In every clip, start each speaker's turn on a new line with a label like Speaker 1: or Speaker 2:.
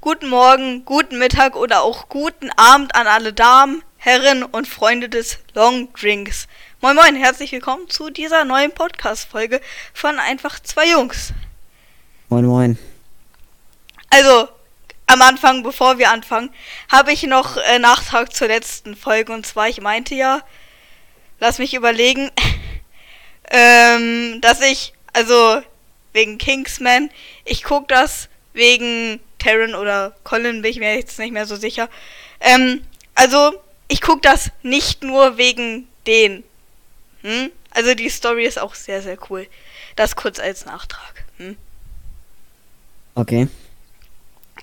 Speaker 1: guten Morgen, guten Mittag oder auch guten Abend an alle Damen, Herren und Freunde des Long Drinks. Moin Moin, herzlich willkommen zu dieser neuen Podcast-Folge von Einfach zwei Jungs.
Speaker 2: Moin Moin.
Speaker 1: Also, am Anfang, bevor wir anfangen, habe ich noch äh, Nachtrag zur letzten Folge. Und zwar, ich meinte ja, lass mich überlegen, ähm, dass ich, also wegen Kingsman, ich gucke das wegen Taryn oder Colin, bin ich mir jetzt nicht mehr so sicher. Ähm, also, ich gucke das nicht nur wegen den. Hm? Also, die Story ist auch sehr, sehr cool. Das kurz als Nachtrag. Hm?
Speaker 2: Okay.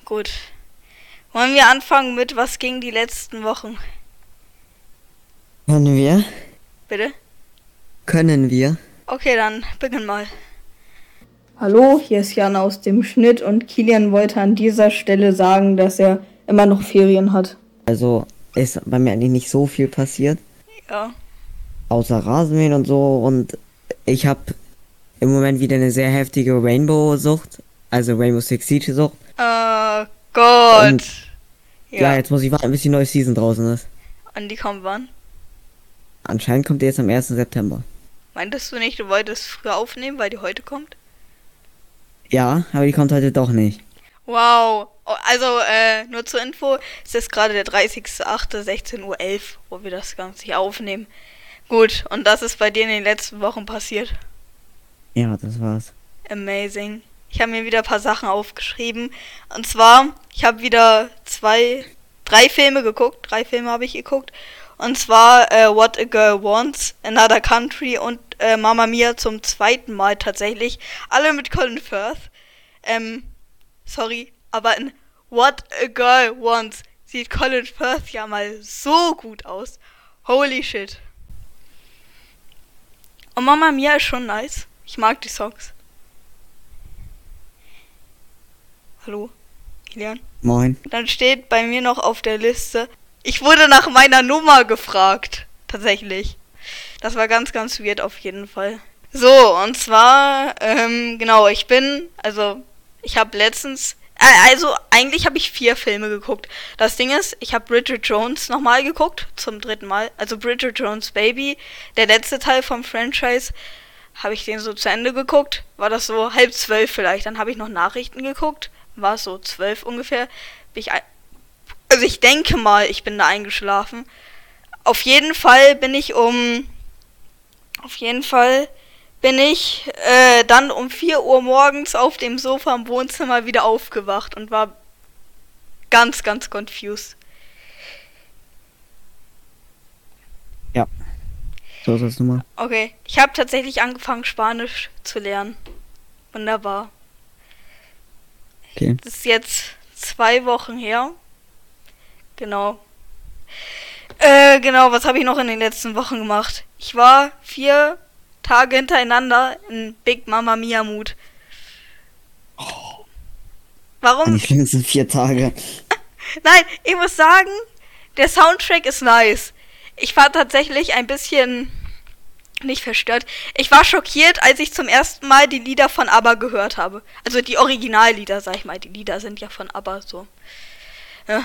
Speaker 1: Gut. Wollen wir anfangen mit, was ging die letzten Wochen?
Speaker 2: Können wir?
Speaker 1: Bitte?
Speaker 2: Können wir?
Speaker 1: Okay, dann beginn mal.
Speaker 3: Hallo, hier ist Jan aus dem Schnitt und Kilian wollte an dieser Stelle sagen, dass er immer noch Ferien hat.
Speaker 2: Also ist bei mir eigentlich nicht so viel passiert,
Speaker 1: Ja.
Speaker 2: außer Rasenmähen und so. Und ich habe im Moment wieder eine sehr heftige Rainbow-Sucht, also Rainbow Six Siege-Sucht.
Speaker 1: Oh Gott.
Speaker 2: Und- Ja.
Speaker 1: ja.
Speaker 2: jetzt muss ich warten, bis die neue Season draußen ist.
Speaker 1: Und die kommt wann?
Speaker 2: Anscheinend kommt die jetzt am 1. September.
Speaker 1: Meintest du nicht, du wolltest früher aufnehmen, weil die heute kommt?
Speaker 2: Ja, aber die kommt heute doch nicht.
Speaker 1: Wow. Oh, Also, äh, nur zur Info, es ist gerade der 30.08.16.11 Uhr, wo wir das Ganze hier aufnehmen. Gut, und das ist bei dir in den letzten Wochen passiert.
Speaker 2: Ja, das war's.
Speaker 1: Amazing. Ich habe mir wieder ein paar Sachen aufgeschrieben. Und zwar, ich habe wieder zwei, drei Filme geguckt. Drei Filme habe ich geguckt. Und zwar äh, What a Girl Wants, Another Country und äh, Mamma Mia zum zweiten Mal tatsächlich. Alle mit Colin Firth. Ähm, sorry, aber in What a Girl Wants sieht Colin Firth ja mal so gut aus. Holy shit. Und Mamma Mia ist schon nice. Ich mag die Songs. Hallo, Kilian.
Speaker 2: Moin.
Speaker 1: Dann steht bei mir noch auf der Liste, ich wurde nach meiner Nummer gefragt. Tatsächlich. Das war ganz, ganz weird auf jeden Fall. So, und zwar, ähm, genau, ich bin, also, ich habe letztens, äh, also, eigentlich habe ich vier Filme geguckt. Das Ding ist, ich habe Bridget Jones nochmal geguckt, zum dritten Mal. Also, Bridget Jones Baby, der letzte Teil vom Franchise, habe ich den so zu Ende geguckt. War das so halb zwölf vielleicht. Dann habe ich noch Nachrichten geguckt. War es so zwölf ungefähr. Bin ich ein also ich denke mal, ich bin da eingeschlafen. Auf jeden Fall bin ich um. Auf jeden Fall bin ich äh, dann um 4 Uhr morgens auf dem Sofa im Wohnzimmer wieder aufgewacht und war ganz, ganz confused.
Speaker 2: So ist das nun mal.
Speaker 1: Okay, ich habe tatsächlich angefangen, Spanisch zu lernen. Wunderbar.
Speaker 2: Okay.
Speaker 1: Das ist jetzt zwei Wochen her. Genau. Äh, genau, was habe ich noch in den letzten Wochen gemacht? Ich war vier Tage hintereinander in Big Mama Mia Mut. Warum?
Speaker 2: Die schlimmsten vier Tage.
Speaker 1: Nein, ich muss sagen, der Soundtrack ist nice. Ich war tatsächlich ein bisschen nicht verstört. Ich war schockiert, als ich zum ersten Mal die Lieder von ABBA gehört habe. Also die Originallieder, sag ich mal. Die Lieder sind ja von ABBA so. Ja.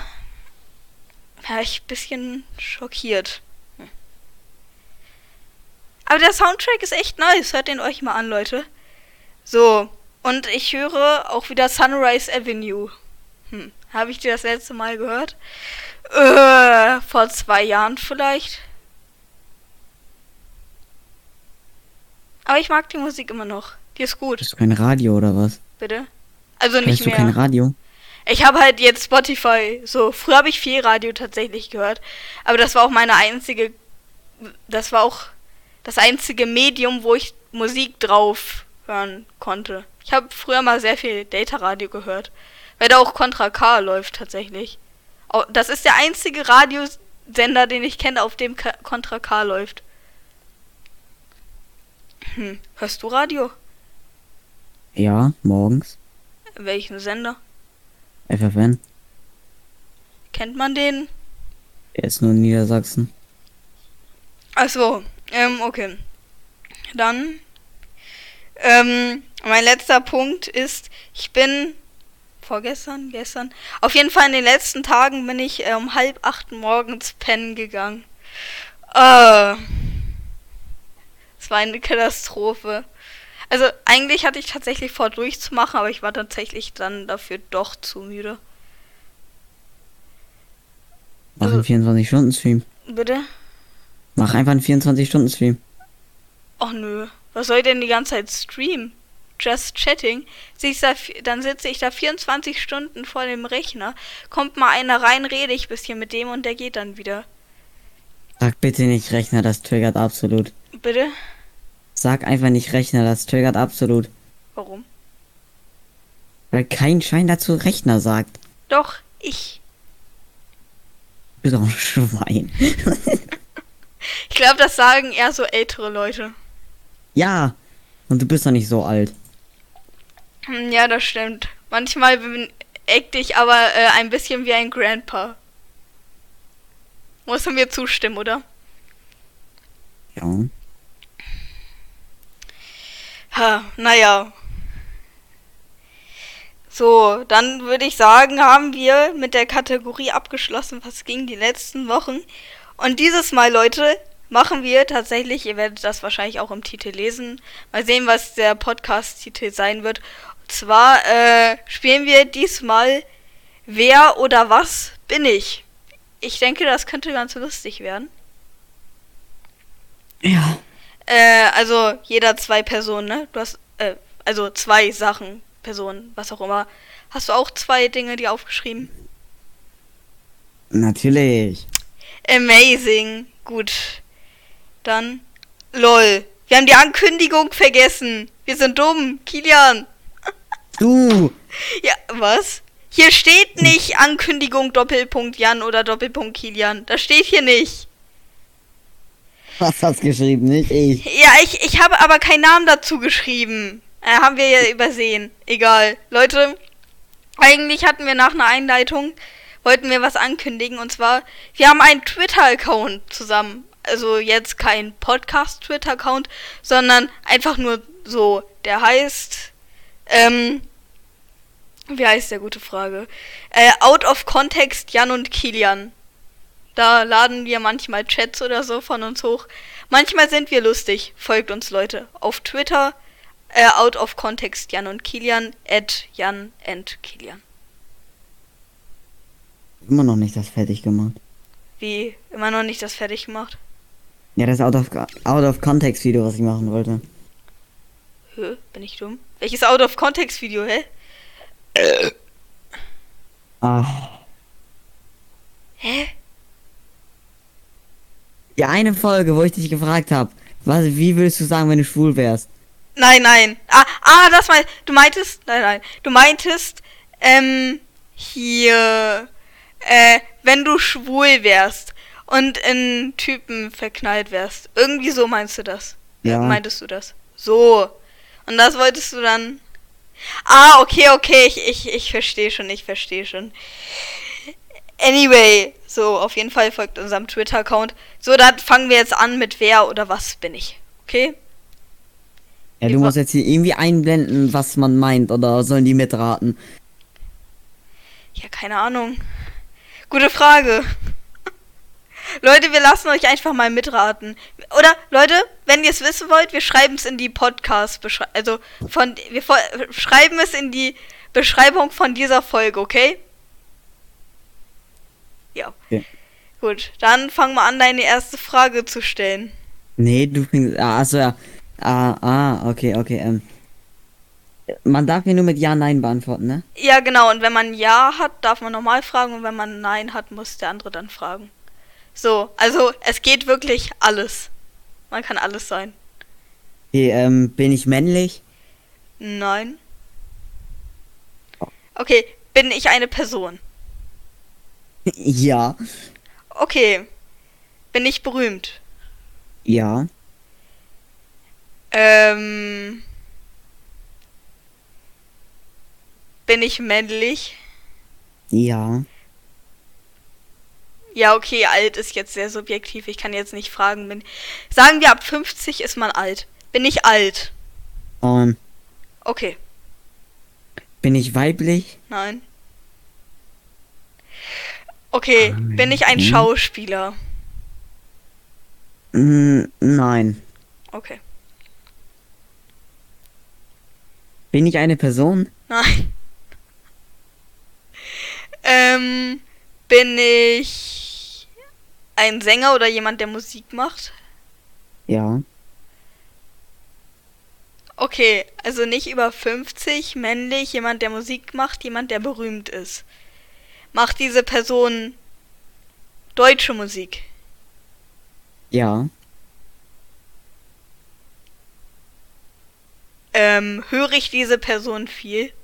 Speaker 1: War ich ein bisschen schockiert. Hm. Aber der Soundtrack ist echt nice. Hört ihn euch mal an, Leute. So. Und ich höre auch wieder Sunrise Avenue. Hm. Habe ich dir das letzte Mal gehört? Äh, vor zwei Jahren vielleicht. Aber ich mag die Musik immer noch. Die ist gut,
Speaker 2: Hast du kein Radio oder was?
Speaker 1: bitte. Also
Speaker 2: Hast
Speaker 1: nicht
Speaker 2: du kein
Speaker 1: mehr.
Speaker 2: Radio?
Speaker 1: Ich habe halt jetzt Spotify. So, früher habe ich viel Radio tatsächlich gehört. Aber das war auch meine einzige. Das war auch das einzige Medium, wo ich Musik drauf hören konnte. Ich habe früher mal sehr viel Data-Radio gehört. Weil da auch Contra K läuft tatsächlich. Au- Das ist der einzige Radiosender, den ich kenne, auf dem Ka- Contra K läuft. Hm. Hörst du Radio?
Speaker 2: Ja, morgens.
Speaker 1: Welchen Sender?
Speaker 2: FFN.
Speaker 1: Kennt man den?
Speaker 2: Er ist nur in Niedersachsen.
Speaker 1: Achso, ähm, okay. Dann, ähm, mein letzter Punkt ist, ich bin vorgestern, gestern. Auf jeden Fall in den letzten Tagen bin ich äh, um halb acht morgens pennen gegangen. Äh, es war eine Katastrophe. Also eigentlich hatte ich tatsächlich vor durchzumachen, aber ich war tatsächlich dann dafür doch zu müde.
Speaker 2: Mach einen 24-Stunden-Stream.
Speaker 1: Bitte?
Speaker 2: Mach einfach einen 24-Stunden-Stream.
Speaker 1: Och nö. Was soll ich denn die ganze Zeit streamen? Just chatting. Sitz da, dann sitze ich da 24 Stunden vor dem Rechner. Kommt mal einer rein, rede ich ein bisschen mit dem und der geht dann wieder.
Speaker 2: Sag bitte nicht Rechner, das triggert absolut.
Speaker 1: Bitte?
Speaker 2: Sag einfach nicht Rechner, das triggert absolut.
Speaker 1: Warum?
Speaker 2: Weil kein Schein dazu Rechner sagt.
Speaker 1: Doch, ich.
Speaker 2: Du bist doch ein Schwein.
Speaker 1: Ich glaube, das sagen eher so ältere Leute.
Speaker 2: ja. Und du bist doch nicht so alt.
Speaker 1: Hm, Ja, das stimmt. Manchmal bin eck ich aber äh, ein bisschen wie ein Grandpa. Musst du mir zustimmen, oder?
Speaker 2: Ja.
Speaker 1: Ha, naja. So, dann würde ich sagen, haben wir mit der Kategorie abgeschlossen, was ging die letzten Wochen. Und dieses Mal, Leute, machen wir tatsächlich, ihr werdet das wahrscheinlich auch im Titel lesen, mal sehen, was der Podcast-Titel sein wird. Und zwar äh, spielen wir diesmal Wer oder was bin ich? Ich denke, das könnte ganz lustig werden.
Speaker 2: Ja.
Speaker 1: Äh, also jeder zwei Personen, ne? Du hast, äh, also zwei Sachen, Personen, was auch immer. Hast du auch zwei Dinge, die aufgeschrieben?
Speaker 2: Natürlich.
Speaker 1: Amazing. Gut. Dann. LOL. Wir haben die Ankündigung vergessen. Wir sind dumm. Kilian.
Speaker 2: Du.
Speaker 1: Ja, was? Hier steht nicht Ankündigung Doppelpunkt Jan oder Doppelpunkt Kilian. Das steht hier nicht.
Speaker 2: Was hast geschrieben, nicht ich.
Speaker 1: Ja, ich, ich habe aber keinen Namen dazu geschrieben. Äh, haben wir ja übersehen. Egal. Leute, eigentlich hatten wir nach einer Einleitung, wollten wir was ankündigen. Und zwar, wir haben einen Twitter-Account zusammen. Also jetzt kein Podcast-Twitter-Account, sondern einfach nur so. Der heißt, ähm, wie heißt der? Gute Frage. Äh, out of Context Jan und Kilian. Da laden wir manchmal Chats oder so von uns hoch. Manchmal sind wir lustig. Folgt uns, Leute. Auf Twitter, äh, out of context, Jan und Kilian, at Jan and Kilian.
Speaker 2: Immer noch nicht das fertig gemacht.
Speaker 1: Wie immer noch nicht das fertig gemacht.
Speaker 2: Ja, das Out of, out of Context Video, was ich machen wollte.
Speaker 1: Hö, bin ich dumm? Welches out of context Video, hä?
Speaker 2: Ah.
Speaker 1: Hä?
Speaker 2: Die eine Folge, wo ich dich gefragt habe, was, wie würdest du sagen, wenn du schwul wärst?
Speaker 1: Nein, nein. Ah, ah, das mal. Du meintest, nein, nein. Du meintest, ähm, hier, äh, wenn du schwul wärst und in Typen verknallt wärst. Irgendwie so meinst du das.
Speaker 2: Ja.
Speaker 1: Meintest du das? So. Und das wolltest du dann. Ah, okay, okay. Ich, ich, ich verstehe schon, ich verstehe schon. Anyway, so, auf jeden Fall folgt unserem Twitter-Account. So, dann fangen wir jetzt an mit wer oder was bin ich. Okay?
Speaker 2: Ja, du
Speaker 1: Über-
Speaker 2: musst jetzt hier irgendwie einblenden, was man meint, oder sollen die mitraten?
Speaker 1: Ja, keine Ahnung. Gute Frage. Leute, wir lassen euch einfach mal mitraten. Oder Leute, wenn ihr es wissen wollt, wir schreiben es in die Podcast Beschreibung. Also von wir vor- schreiben es in die Beschreibung von dieser Folge, okay? Ja.
Speaker 2: Ja.
Speaker 1: Gut, dann fang mal an, deine erste Frage zu stellen.
Speaker 2: Nee, du fängst. Ah, achso, ja. Ah, ah, okay, okay, ähm. Man darf hier nur mit Ja, Nein beantworten, ne?
Speaker 1: Ja, genau. Und wenn man Ja hat, darf man normal fragen. Und wenn man Nein hat, muss der andere dann fragen. So, also es geht wirklich alles. Man kann alles sein.
Speaker 2: Okay, ähm, bin ich männlich?
Speaker 1: Nein. Okay, bin ich eine Person?
Speaker 2: ja.
Speaker 1: Okay. Bin ich berühmt?
Speaker 2: Ja.
Speaker 1: Ähm. Bin ich männlich?
Speaker 2: Ja.
Speaker 1: Ja, okay, alt ist jetzt sehr subjektiv. Ich kann jetzt nicht fragen. Bin... Sagen wir, ab 50 ist man alt. Bin ich alt?
Speaker 2: Ähm,
Speaker 1: Okay.
Speaker 2: bin ich weiblich?
Speaker 1: Nein. Okay, bin ich ein Schauspieler?
Speaker 2: Mm, nein.
Speaker 1: Okay.
Speaker 2: Bin ich eine Person?
Speaker 1: Nein. Ähm, bin ich ein Sänger oder jemand, der Musik macht?
Speaker 2: Ja.
Speaker 1: Okay, also nicht über 50, männlich, jemand, der Musik macht, jemand, der berühmt ist. Macht diese Person deutsche Musik?
Speaker 2: Ja.
Speaker 1: Ähm, höre ich diese Person viel?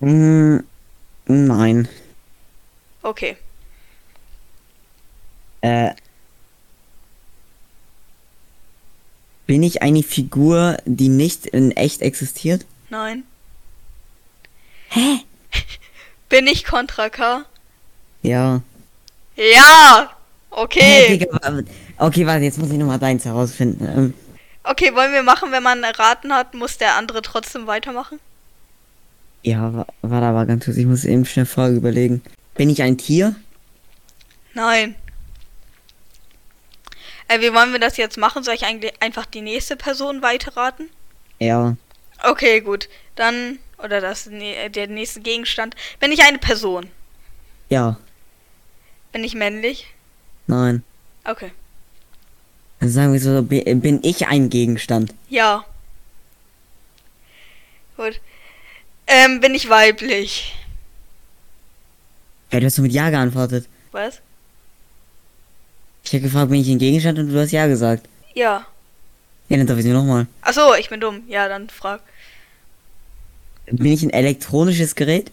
Speaker 2: Mm, nein.
Speaker 1: Okay.
Speaker 2: Äh, bin ich eine Figur, die nicht in echt existiert?
Speaker 1: Nein.
Speaker 2: Hä?
Speaker 1: Bin ich Contra K?
Speaker 2: Ja.
Speaker 1: Ja!
Speaker 2: Hä,
Speaker 1: Okay.
Speaker 2: Digga, wa- okay, warte, jetzt muss ich nochmal deins herausfinden. Ähm,
Speaker 1: Okay, wollen wir machen, wenn man erraten hat, muss der andere trotzdem weitermachen?
Speaker 2: ja, wa- warte aber ganz kurz, ich muss eben schnell Frage überlegen. Bin ich ein Tier?
Speaker 1: Nein. Äh, wie wollen wir das jetzt machen? Soll ich eigentlich einfach die nächste Person weiterraten?
Speaker 2: Ja.
Speaker 1: Okay, gut. Dann, oder das, nee, der nächste Gegenstand. Bin ich eine Person?
Speaker 2: Ja.
Speaker 1: Bin ich männlich?
Speaker 2: Nein.
Speaker 1: Okay.
Speaker 2: Also sagen wir so, bi- bin ich ein Gegenstand?
Speaker 1: Ja. Gut. Ähm, bin ich weiblich?
Speaker 2: Hä, du hast doch mit Ja geantwortet.
Speaker 1: Was?
Speaker 2: Ich habe gefragt, bin ich ein Gegenstand und du hast Ja gesagt.
Speaker 1: Ja.
Speaker 2: Ja, dann darf ich nur nochmal.
Speaker 1: Achso, ich bin dumm. Ja, dann frag.
Speaker 2: Bin ich ein elektronisches Gerät?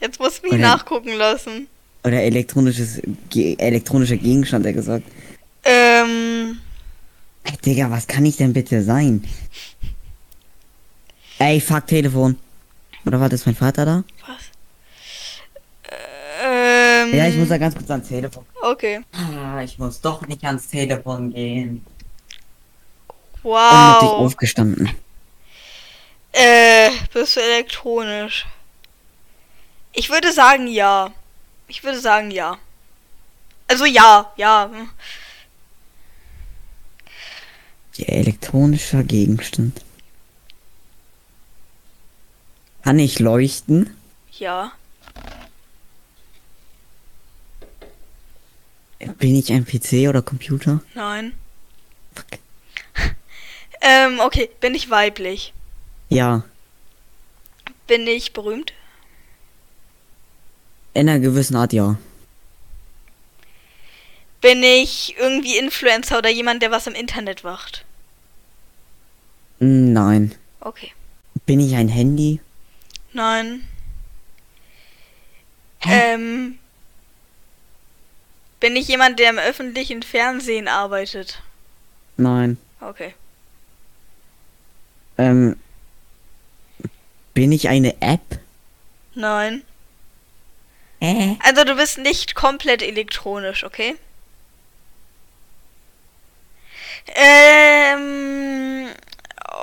Speaker 1: Jetzt musst du mich
Speaker 2: Okay.
Speaker 1: nachgucken lassen.
Speaker 2: Oder elektronisches, ge elektronischer Gegenstand, er gesagt.
Speaker 1: Ähm,
Speaker 2: Ey, Digga, was kann ich denn bitte sein? Ey, fuck, Telefon. Oder war das mein Vater da?
Speaker 1: was? Ähm,
Speaker 2: Ja, ich muss da ganz kurz ans Telefon.
Speaker 1: Okay.
Speaker 2: Ah, ich muss doch nicht ans Telefon gehen.
Speaker 1: Oh.
Speaker 2: Unnötig
Speaker 1: Wow.
Speaker 2: aufgestanden.
Speaker 1: Äh, bist du elektronisch? Ich würde sagen ja. Ich würde sagen ja. Also ja, ja. hm.
Speaker 2: Ja, elektronischer Gegenstand. Kann ich leuchten?
Speaker 1: Ja.
Speaker 2: Bin ich ein PC oder Computer?
Speaker 1: Nein.
Speaker 2: Fuck.
Speaker 1: Ähm, okay. Bin ich weiblich?
Speaker 2: Ja,
Speaker 1: Bin ich berühmt?
Speaker 2: in einer gewissen Art ja.
Speaker 1: Bin ich irgendwie Influencer oder jemand, der was im Internet macht?
Speaker 2: Nein.
Speaker 1: Okay.
Speaker 2: Bin ich ein Handy?
Speaker 1: Nein.
Speaker 2: Hä?
Speaker 1: Ähm. Bin ich jemand, der im öffentlichen Fernsehen arbeitet?
Speaker 2: Nein.
Speaker 1: Okay.
Speaker 2: Ähm, bin ich eine App?
Speaker 1: Nein.
Speaker 2: Äh?
Speaker 1: Also du bist nicht komplett elektronisch, okay? Ähm.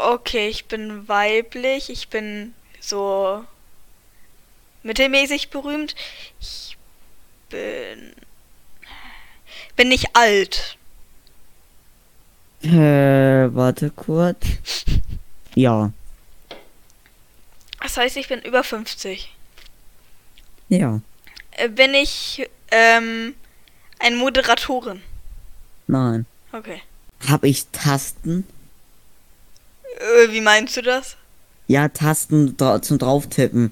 Speaker 1: Okay, ich bin weiblich, ich bin so mittelmäßig berühmt. Ich bin. Bin nicht alt.
Speaker 2: Äh, warte kurz. Ja.
Speaker 1: Das heißt, ich bin über 50.
Speaker 2: Ja.
Speaker 1: Äh, Bin ich ähm, ein Moderatorin?
Speaker 2: Nein.
Speaker 1: Okay.
Speaker 2: Hab ich Tasten?
Speaker 1: Äh, wie meinst du das?
Speaker 2: Ja, Tasten dra zum drauftippen.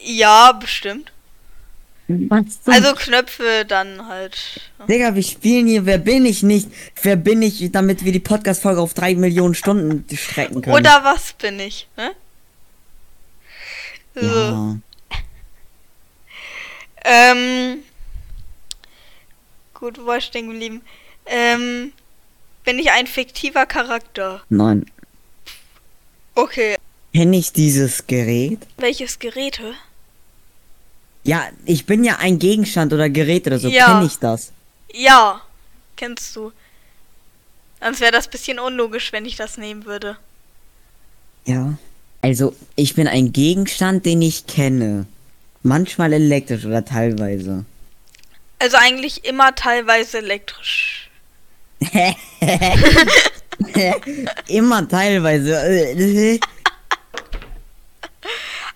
Speaker 1: Ja, bestimmt.
Speaker 2: Was
Speaker 1: Also Knöpfe dann halt.
Speaker 2: Digga, wir spielen hier Wer bin ich nicht? Wer bin ich, damit wir die Podcast-Folge auf drei Millionen Stunden strecken können?
Speaker 1: Oder was bin ich? Ne? So.
Speaker 2: Ja.
Speaker 1: Ähm, gut, wo war ich stehen geblieben? Ähm, bin ich ein fiktiver Charakter?
Speaker 2: Nein.
Speaker 1: Okay.
Speaker 2: Kenne ich dieses Gerät?
Speaker 1: Welches Geräte?
Speaker 2: Ja, ich bin ja ein Gegenstand oder Gerät oder so.
Speaker 1: Ja.
Speaker 2: Kenne ich das?
Speaker 1: Ja, kennst du. Sonst wäre das bisschen unlogisch, wenn ich das nehmen würde.
Speaker 2: Ja. Also, ich bin ein Gegenstand, den ich kenne. Manchmal elektrisch oder teilweise.
Speaker 1: Also eigentlich immer teilweise elektrisch.
Speaker 2: Immer teilweise.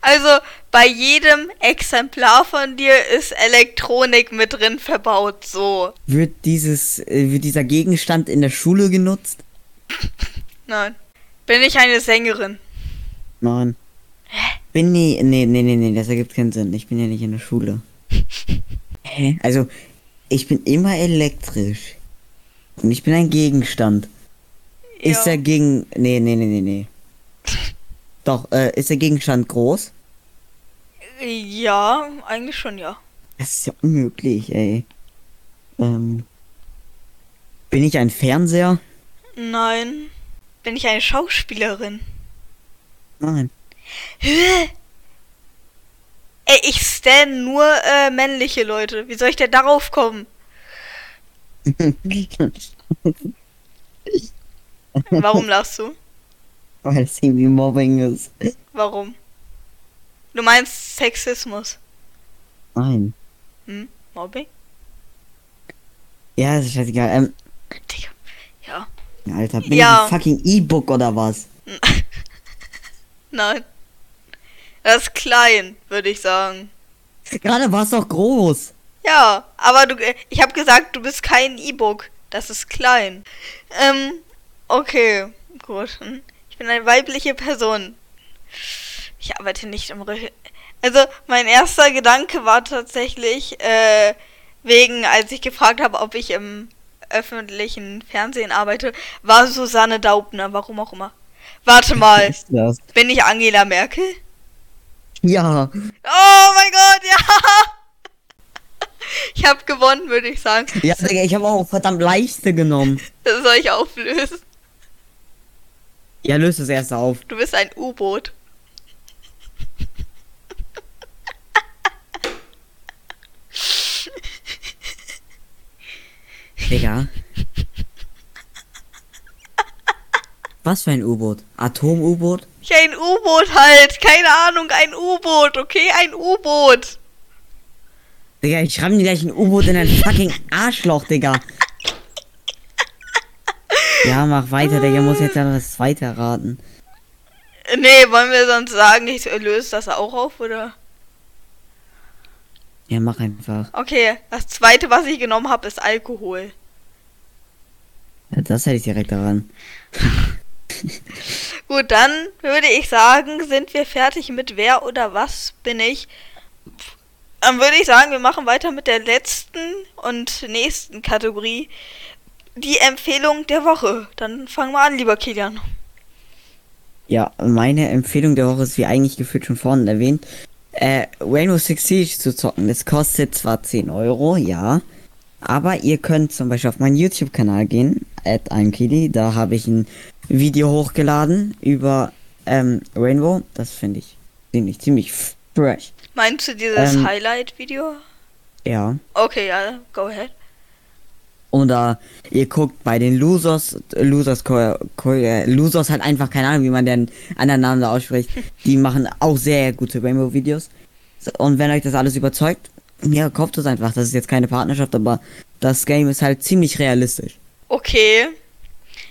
Speaker 1: Also bei jedem Exemplar von dir ist Elektronik mit drin verbaut, so.
Speaker 2: Wird dieses, äh, wird dieser Gegenstand in der Schule genutzt?
Speaker 1: Nein. Bin ich eine Sängerin?
Speaker 2: Nein. Bin nie. Nee, nee, nee, nee, das ergibt keinen Sinn. Ich bin ja nicht in der Schule. Hä? Also, ich bin immer elektrisch. Und ich bin ein Gegenstand. Ist
Speaker 1: Ja.
Speaker 2: der Gegen. Nee, nee, nee, nee, nee. Doch, äh, ist der Gegenstand groß?
Speaker 1: Ja, eigentlich schon ja.
Speaker 2: Das ist ja unmöglich, ey. Ähm. Bin ich ein Fernseher?
Speaker 1: Nein. Bin ich eine Schauspielerin?
Speaker 2: Nein.
Speaker 1: Hä? Ey, ich stan nur äh, männliche Leute. Wie soll ich denn darauf kommen? Warum lachst du?
Speaker 2: Weil das irgendwie Mobbing ist.
Speaker 1: Warum? Du meinst Sexismus.
Speaker 2: Nein.
Speaker 1: Hm? Mobbing?
Speaker 2: Ja, ist scheißegal.
Speaker 1: Digga. Ja.
Speaker 2: Ähm, Alter, bin
Speaker 1: Ja.
Speaker 2: ich ein fucking E-Book oder was?
Speaker 1: Nein. Das ist klein, würde ich sagen.
Speaker 2: Gerade war es doch groß.
Speaker 1: Ja, aber du, äh, ich habe gesagt, du bist kein E-Book. Das ist klein. Ähm, okay, gut. Hm. Ich bin eine weibliche Person. Ich arbeite nicht im Re Also, mein erster Gedanke war tatsächlich, äh, wegen, als ich gefragt habe, ob ich im öffentlichen Fernsehen arbeite, war Susanne Daubner, warum auch immer. Warte mal,
Speaker 2: Ist das?
Speaker 1: bin ich Angela Merkel?
Speaker 2: Ja.
Speaker 1: Oh mein Gott, ja! Ich habe gewonnen, würde ich sagen.
Speaker 2: Ja, Digga, ich habe auch verdammt leichte genommen.
Speaker 1: Das soll ich auflösen.
Speaker 2: Ja, löst das erste auf.
Speaker 1: Du bist ein U-Boot.
Speaker 2: Digga. Was für ein U-Boot? Atom-U-Boot?
Speaker 1: Ja, ein U-Boot halt. Keine Ahnung, ein U-Boot, okay? Ein U-Boot.
Speaker 2: Digga, ich schreibe dir gleich ein U-Boot in dein fucking Arschloch, Digga. Ja, mach weiter, Digga, muss jetzt ja noch das zweite erraten.
Speaker 1: Nee, wollen wir sonst sagen, ich löse das auch auf, oder?
Speaker 2: Ja, mach einfach.
Speaker 1: Okay, das zweite, was ich genommen habe, ist Alkohol.
Speaker 2: Ja, Das hätte ich direkt daran.
Speaker 1: Gut, dann würde ich sagen, sind wir fertig mit Wer oder was bin ich? Dann würde ich sagen, wir machen weiter mit der letzten und nächsten Kategorie. Die Empfehlung der Woche. Dann fangen wir an, lieber Kilian.
Speaker 2: Ja, meine Empfehlung der Woche ist, wie eigentlich gefühlt schon vorhin erwähnt, äh, Rainbow Six Siege zu zocken. Das kostet zwar 10 Euro, ja, aber ihr könnt zum Beispiel auf meinen YouTube-Kanal gehen, at ImKili, da habe ich ein Video hochgeladen über ähm, Rainbow. Das finde ich ziemlich, ziemlich fresh.
Speaker 1: Meinst du dieses
Speaker 2: Ähm.
Speaker 1: Highlight-Video?
Speaker 2: Ja.
Speaker 1: Okay, ja, go ahead.
Speaker 2: Oder ihr guckt bei den Losers, Losers, Ko- Ko- äh, Losers halt einfach keine Ahnung, wie man den anderen Namen da ausspricht. Die machen auch sehr gute Rainbow-Videos. So, Und wenn euch das alles überzeugt, ja, kauft es einfach. Das ist jetzt keine Partnerschaft, aber das Game ist halt ziemlich realistisch.
Speaker 1: Okay.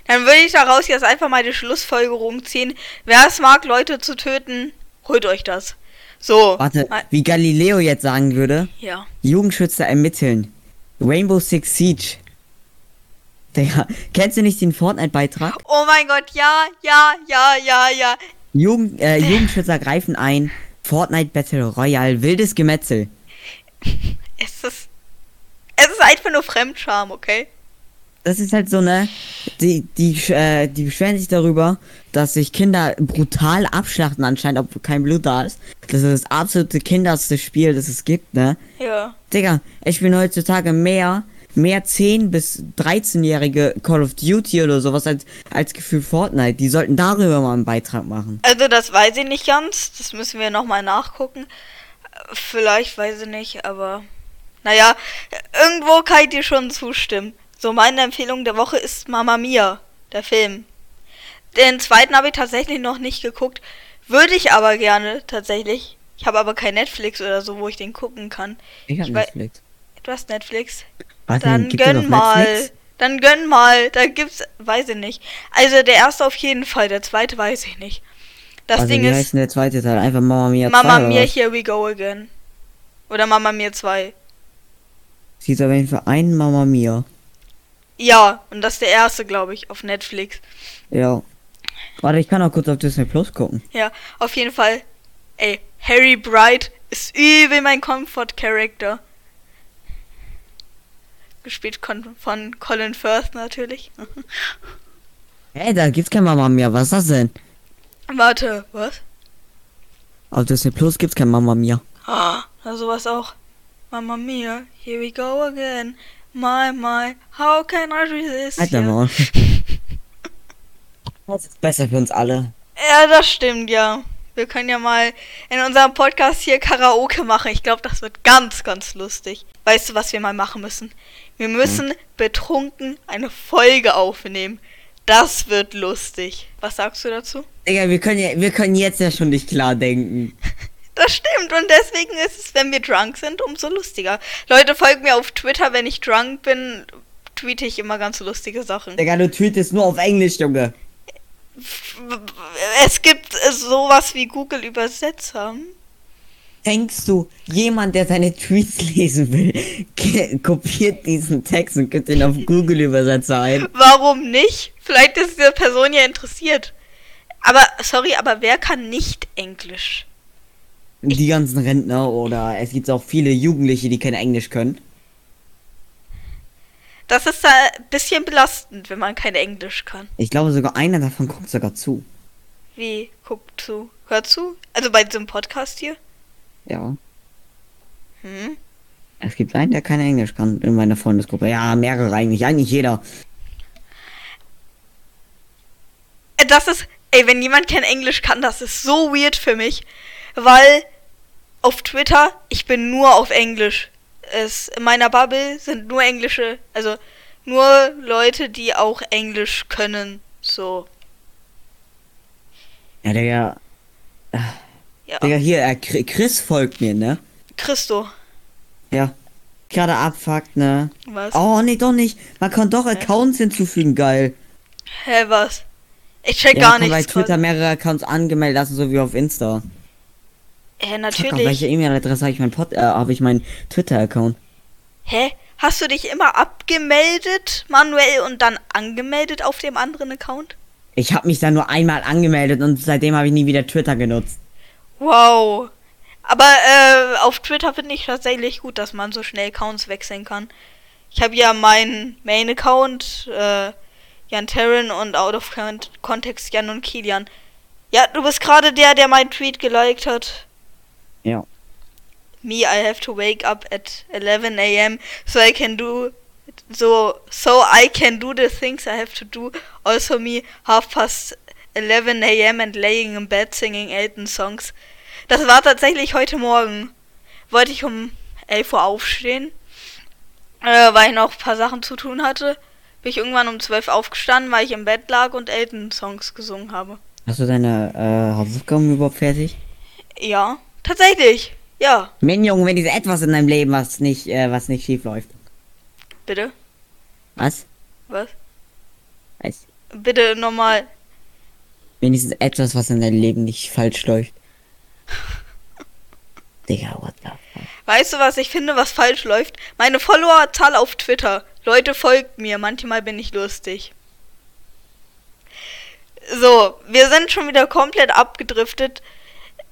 Speaker 1: Dann würde ich daraus jetzt einfach mal die Schlussfolgerung ziehen. Wer es mag, Leute zu töten, holt euch das. So.
Speaker 2: Warte,
Speaker 1: Ah,
Speaker 2: wie Galileo jetzt sagen würde,
Speaker 1: Ja.
Speaker 2: Jugendschützer ermitteln. Rainbow Six Siege. Digga, kennst du nicht den Fortnite-Beitrag?
Speaker 1: Oh mein Gott, ja, ja, ja, ja, ja.
Speaker 2: Jugend, äh, Jugendschützer greifen ein. Fortnite Battle Royale, wildes Gemetzel.
Speaker 1: Es ist. Es ist einfach nur Fremdscham, okay?
Speaker 2: das ist halt so ne, die die äh, die beschweren sich darüber, dass sich Kinder brutal abschlachten anscheinend, obwohl kein Blut da ist. Das ist das absolute kinderste Spiel, das es gibt, ne?
Speaker 1: Ja.
Speaker 2: Digga, ich bin heutzutage mehr mehr 10 bis 13-jährige Call of Duty oder sowas als als Gefühl Fortnite. Die sollten darüber mal einen Beitrag machen.
Speaker 1: Also, das weiß ich nicht ganz. Das müssen wir nochmal nachgucken. Äh, Vielleicht, weiß ich nicht, aber. Naja, irgendwo kann ich dir schon zustimmen. So, meine Empfehlung der Woche ist Mamma Mia, der Film. Den zweiten habe ich tatsächlich noch nicht geguckt. Würde ich aber gerne, tatsächlich. Ich habe aber kein Netflix oder so, wo ich den gucken kann.
Speaker 2: Ich hab
Speaker 1: Ich wei-
Speaker 2: Netflix.
Speaker 1: Du hast Netflix?
Speaker 2: Warte,
Speaker 1: Dann
Speaker 2: gibt's den
Speaker 1: gönn
Speaker 2: auf
Speaker 1: mal.
Speaker 2: Netflix?
Speaker 1: Dann gönn mal. Da gibt's, weiß ich nicht. Also der erste auf jeden Fall, der zweite weiß ich nicht. Das
Speaker 2: also,
Speaker 1: Ding
Speaker 2: wie
Speaker 1: ist
Speaker 2: heißt denn der zweite Teil? Einfach Mama Mia 2
Speaker 1: Mama
Speaker 2: oder
Speaker 1: Mia,
Speaker 2: was?
Speaker 1: here we go again. Oder Mama Mia 2.
Speaker 2: Es gibt auf jeden Fall einen Mama Mia.
Speaker 1: Ja, und das ist der erste, glaube ich, auf Netflix.
Speaker 2: Ja. Warte, ich kann auch kurz auf Disney Plus gucken.
Speaker 1: Ja, auf jeden Fall. Ey, Harry Bright ist übel mein Comfort Character. Gespielt kon von Colin Firth natürlich.
Speaker 2: Hey, da gibt's kein Mama Mia. Was ist das denn?
Speaker 1: Warte, was?
Speaker 2: Auf Disney Plus gibt's kein Mama Mia.
Speaker 1: Ah, na sowas auch. Mama Mia, here we go again. My, my, how can I resist?
Speaker 2: Alter
Speaker 1: you?
Speaker 2: Halt Maul. Das ist besser für uns alle.
Speaker 1: Ja, das stimmt, ja. Wir können ja mal in unserem Podcast hier Karaoke machen. Ich glaube, das wird ganz, ganz lustig. Weißt du, was wir mal machen müssen? Wir müssen betrunken eine Folge aufnehmen. Das wird lustig. Was sagst du dazu?
Speaker 2: Digga, wir können, ja, wir können jetzt ja schon nicht klar denken.
Speaker 1: Das stimmt und deswegen ist es, wenn wir drunk sind, umso lustiger. Leute, folgt mir auf Twitter, wenn ich drunk bin, tweete ich immer ganz lustige Sachen.
Speaker 2: Digga, du tweetest nur auf Englisch, Junge.
Speaker 1: Es gibt äh, sowas wie Google Übersetzer. Hm?
Speaker 2: Denkst du, jemand, der seine Tweets lesen will, ke- kopiert diesen Text und gibt ihn auf Google Übersetzer ein?
Speaker 1: Warum nicht? Vielleicht ist diese Person ja interessiert. Aber, sorry, aber wer kann nicht Englisch?
Speaker 2: Die ganzen Rentner oder es gibt auch viele Jugendliche, die kein Englisch können.
Speaker 1: Das ist da ein bisschen belastend, wenn man kein Englisch kann.
Speaker 2: Ich glaube sogar einer davon guckt sogar zu.
Speaker 1: Wie? Guckt zu. Hört zu? Also bei diesem Podcast hier?
Speaker 2: Ja.
Speaker 1: Hm?
Speaker 2: Es gibt einen, der kein Englisch kann in meiner Freundesgruppe. Ja, mehrere eigentlich, eigentlich jeder.
Speaker 1: Äh, Das ist, ey, wenn jemand kein Englisch kann, das ist so weird für mich, weil auf Twitter, ich bin nur auf Englisch. Es, in meiner Bubble sind nur Englische, also nur Leute, die auch Englisch können. So.
Speaker 2: Ja, Digga.
Speaker 1: Ja.
Speaker 2: Digga, hier, äh, Chri- Chris folgt mir, ne?
Speaker 1: Christo.
Speaker 2: Ja. Gerade abfuckt, ne?
Speaker 1: Was?
Speaker 2: Oh, nee, doch nicht. Man kann doch Accounts hinzufügen, geil.
Speaker 1: Hä, was? Ich check
Speaker 2: Ja,
Speaker 1: gar
Speaker 2: man kann
Speaker 1: nichts.
Speaker 2: bei Twitter
Speaker 1: grad.
Speaker 2: mehrere Accounts angemeldet lassen, so wie auf Insta.
Speaker 1: Hä,
Speaker 2: Fuck, auf welche
Speaker 1: natürlich.
Speaker 2: E-Mail-Adresse habe ich meinen Pod, äh, habe ich meinen Twitter-Account?
Speaker 1: Hä? Hast du dich immer abgemeldet, manuell, und dann angemeldet auf dem anderen Account?
Speaker 2: Ich habe mich da nur einmal angemeldet und seitdem habe ich nie wieder Twitter genutzt.
Speaker 1: Wow. Aber äh, auf Twitter finde ich tatsächlich gut, dass man so schnell Accounts wechseln kann. Ich habe ja meinen Main-Account, äh, Jan Terran und Out of Con- Context Jan und Kilian. Ja, du bist gerade der, der meinen Tweet geliked hat.
Speaker 2: Ja.
Speaker 1: me I have to wake up at 11 a.m. so I can do so so I can do the things I have to do. Also me half past 11 a.m. and laying in bed singing Elton songs. Das war tatsächlich heute Morgen. Wollte ich um 11 Uhr aufstehen, äh, weil ich noch ein paar Sachen zu tun hatte. Bin ich irgendwann um 12 aufgestanden, weil ich im Bett lag und Elton songs gesungen habe.
Speaker 2: Hast du deine äh, Hausaufgaben überhaupt fertig?
Speaker 1: Ja, tatsächlich. Ja,
Speaker 2: Min Junge, wenn wenigstens etwas in deinem Leben, was nicht, äh, was nicht schief läuft.
Speaker 1: bitte.
Speaker 2: Was?
Speaker 1: Was?
Speaker 2: Was?
Speaker 1: Bitte nochmal.
Speaker 2: Wenigstens etwas, was in deinem Leben nicht falsch läuft. Digga, what the fuck?
Speaker 1: Weißt du, was ich finde, was falsch läuft? Meine Followerzahl auf Twitter. Leute, folgt mir. Manchmal bin ich lustig. So, wir sind schon wieder komplett abgedriftet.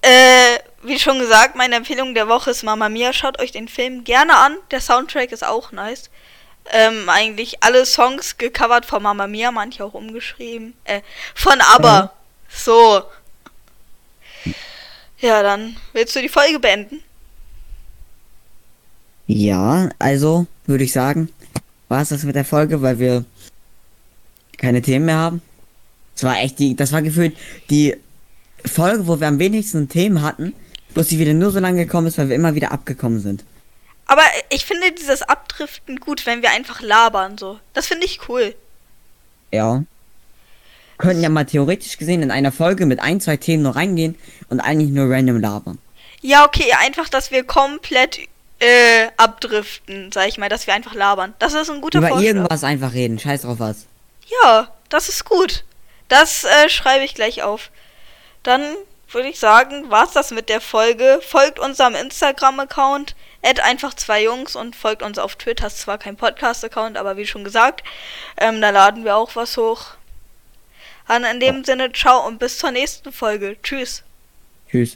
Speaker 1: Äh, wie schon gesagt, meine Empfehlung der Woche ist Mama Mia. Schaut euch den Film gerne an. Der Soundtrack ist auch nice. Ähm, eigentlich alle Songs gecovert von Mama Mia, manche auch umgeschrieben. Äh, von
Speaker 2: Mhm.
Speaker 1: Aber. So. Ja, dann willst du die Folge beenden?
Speaker 2: Ja, also würde ich sagen, war es das mit der Folge, weil wir keine Themen mehr haben. Es war echt die, das war gefühlt die Folge, wo wir am wenigsten Themen hatten, bloß die wieder nur so lange gekommen ist, weil wir immer wieder abgekommen sind.
Speaker 1: Aber ich finde dieses Abdriften gut, wenn wir einfach labern so. Das finde ich cool.
Speaker 2: Ja. könnten ja mal theoretisch gesehen in einer Folge mit ein, zwei Themen nur reingehen und eigentlich nur random labern.
Speaker 1: Ja, okay, einfach, dass wir komplett äh, abdriften, sag ich mal, dass wir einfach labern. Das ist ein guter
Speaker 2: Über
Speaker 1: Vorschlag.
Speaker 2: irgendwas einfach reden, scheiß drauf was.
Speaker 1: Ja, das ist gut. Das äh, schreibe ich gleich auf. Dann würde ich sagen, war's das mit der Folge. Folgt unserem Instagram-Account, add einfach zwei Jungs und folgt uns auf Twitter. Ist zwar kein Podcast-Account, aber wie schon gesagt, ähm, da laden wir auch was hoch. Dann in dem Sinne, ciao und bis zur nächsten Folge. Tschüss.
Speaker 2: Tschüss.